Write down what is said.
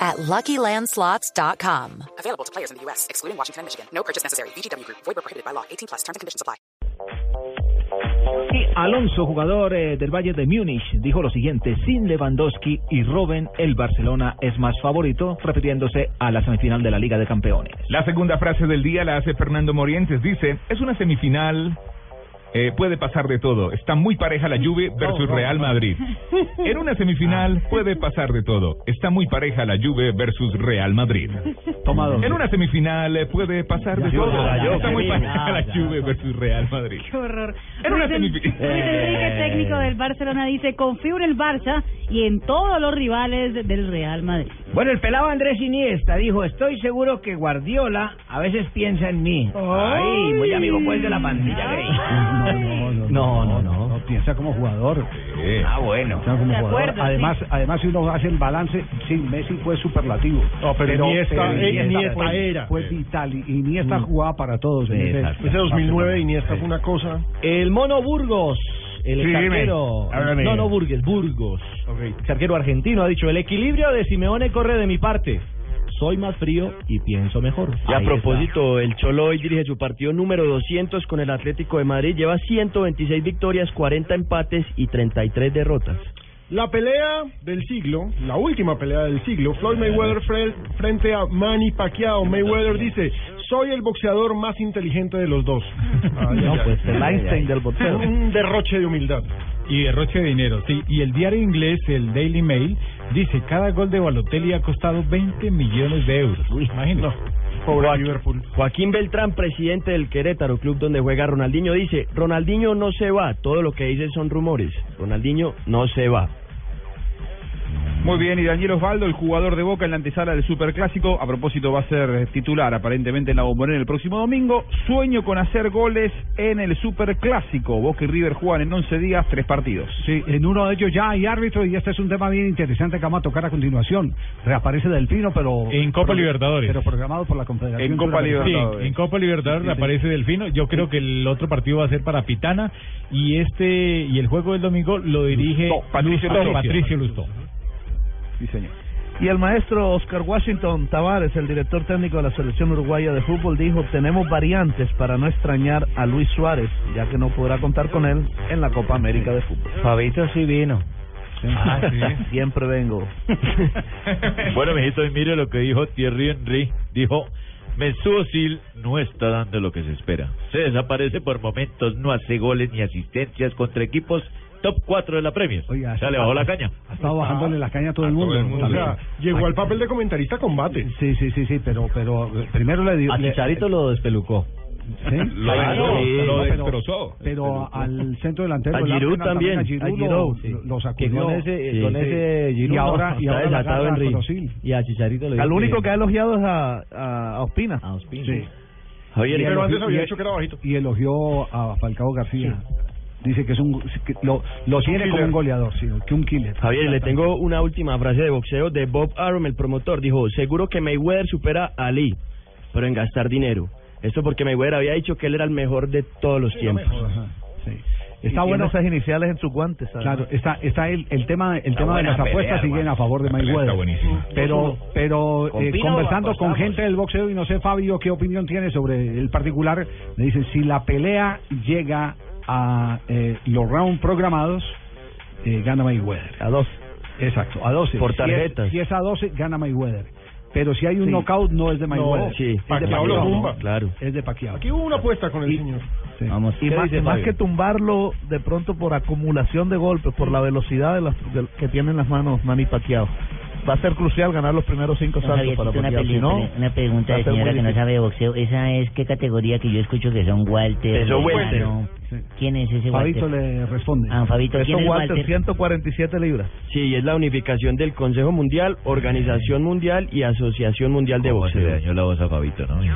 at LuckyLandSlots.com. Available to players in the U.S., excluding Washington and Michigan. No purchase necessary. VGW Group. Void where prohibited by law. 18 plus. Terms and conditions apply. Y Alonso, jugador eh, del Valle de Múnich, dijo lo siguiente, sin Lewandowski y Robben, el Barcelona es más favorito, refiriéndose a la semifinal de la Liga de Campeones. La segunda frase del día la hace Fernando Morientes. Dice, es una semifinal, eh, puede pasar de todo. Está muy pareja la Juve versus Oh, Real Madrid. En una Ah. semifinal puede pasar de todo. Está muy pareja la Juve versus Real Madrid. Toma dos. En una semifinal eh, puede pasar de Ya, todo. ya, ya, Está muy ya, pareja la ya, Juve versus Real Madrid. Qué horror. Era una Luis En- semifi- Luis Eh. Eh, Enrique, técnico del Barcelona, dice, confío en el Barça y en todos los rivales del Real Madrid. Bueno, el pelado Andrés Iniesta dijo, estoy seguro que Guardiola a veces piensa en mí. Ay, muy amigo pues de la pandilla gay. No, no, no, piensa como jugador. Eh, Ah, bueno. piensa como De jugador. acuerdo, sí. además, además si uno hace el balance, sí, Messi fue superlativo. No, pero Iniesta- eh, Iniesta fue, era. fue vital. y Iniesta Mm. jugaba para todos. en ese- Ese 2009 Iniesta fue una cosa. El Mono Burgos, el Sí, dime. carquero. Háblame. No, no Burgues, Burgos. Ok. Carquero argentino ha dicho: el equilibrio de Simeone corre de mi parte. Soy más frío y pienso mejor. Y a Ahí está. propósito, el Cholo hoy dirige su partido número 200 con el Atlético de Madrid. Lleva 126 victorias, 40 empates y 33 derrotas. La pelea del siglo, la última pelea del siglo, Floyd Mayweather fre- frente a Manny Pacquiao. Mayweather dice, soy el boxeador más inteligente de los dos. Ay, No, ay, pues ay. el Einstein del boxeo. Un derroche de humildad. y derroche de dinero, sí. Y el diario inglés, el Daily Mail, dice cada gol de Balotelli ha costado 20 millones de euros. Imagino. Pobre Joaqu- Liverpool. Joaquín Beltrán, presidente del Querétaro Club donde juega Ronaldinho, dice, Eh, Ronaldinho no se va, todo lo que dice son rumores. Ronaldinho no se va. Muy bien, y Daniel Osvaldo, el jugador de Boca en la antesala del Superclásico, a propósito va a ser eh, titular aparentemente en la Bombonera el próximo domingo, sueño con hacer goles en el Superclásico. Boca y River juegan en 11 días, tres partidos. Sí, en uno de ellos ya hay árbitro y este es un tema bien interesante que vamos a tocar a continuación. Reaparece Delfino, pero... En Copa pero- Libertadores. Pero programado por la Confederación. En Copa Suramericana. Sí, Libertadores. en Copa Libertadores aparece Delfino. Yo creo que el otro partido va a ser para Pitana y este y el juego del domingo lo dirige Lustó, Patricio Lustó, Lustó. Patricio Lustó. Sí, señor. Y el maestro Oscar Washington Tavares, el director técnico de la selección uruguaya de fútbol, dijo, tenemos variantes para no extrañar a Luis Suárez, ya que no podrá contar con él en la Copa América de Fútbol. Fabito sí vino. Ah, Siempre vengo. bueno, mijito, y mire lo que dijo Thierry Henry. Dijo, Mesut Özil no está dando lo que se espera. Se desaparece por momentos, no hace goles ni asistencias contra equipos top 4 de la Premier. Oiga, ya le bajó la caña. Ha estado bajándole la caña a todo el mundo. O sea, también. llegó al papel de comentarista combate. Sí, sí, sí, sí, pero, pero eh, primero le dio... A le- Chicharito lo despelucó. ¿Sí? Lo Claro, destrozó, sí, lo no, pero- destrozó. Pero al centro delantero... A del Giroud Arsenal, también, A a Giroud, Giroud, lo- sí. lo, lo Que sacudió. con ese, eh, Sí. con ese Giroud Y ahora, y está ahora la desatado agarra Henry. con Özil. Y a Chicharito le Al único que ha elogiado es a, a, Ospina. A Ospina. Sí. Javier, Pero antes y- había y- dicho que era bajito. y elogió a Falcao García. Dice que es un que lo, lo tiene como killer. un goleador, sí, que un killer. Javier, le tengo una última frase de boxeo de Bob Arum, el promotor. Dijo, seguro que Mayweather supera a Ali, pero en gastar dinero. Esto porque Mayweather había dicho que él era el mejor de todos los tiempos. Ajá, sí. Está bueno esas iniciales en sus guantes. Claro, está está el, el tema el tema de las apuestas siguen a favor de La pelea está Mayweather. buenísima. Pero pero eh, Con Pino conversando con apostamos. gente del boxeo y no sé Fabio qué opinión tiene sobre el particular, me dicen si la pelea llega a eh, los rounds programados eh, gana Mayweather. A dos. Exacto, a 12. Si Por es- tarjetas. Si es, a 12, gana Mayweather. Pero si hay un knockout, no es de Mayweather. sí. Es de Pacquiao lo Pacquiao. tumba. Claro. Es de Paquiao. Aquí hubo una apuesta con el señor. Vamos. Y más, más que tumbarlo de pronto por acumulación de golpes, por la velocidad de las, de- que tienen las manos Manny Pacquiao. Va a ser crucial ganar los primeros cinco saltos Pues para una, Pacquiao, si peli- no... una pregunta va a de ser señora muy que no difícil. sabe de boxeo. ¿Esa es qué categoría que yo escucho que son Walter? Eso, Lozano? Walter. ¿Quién es ese Fabito Walter? le responde. Ah, Fabito, ¿quién Eso es Walter, Walter? 147 libras. Sí, y es la unificación del Consejo Mundial, Organización Mundial y Asociación Mundial de Boxeo. dañó la voz a Fabito, ¿no?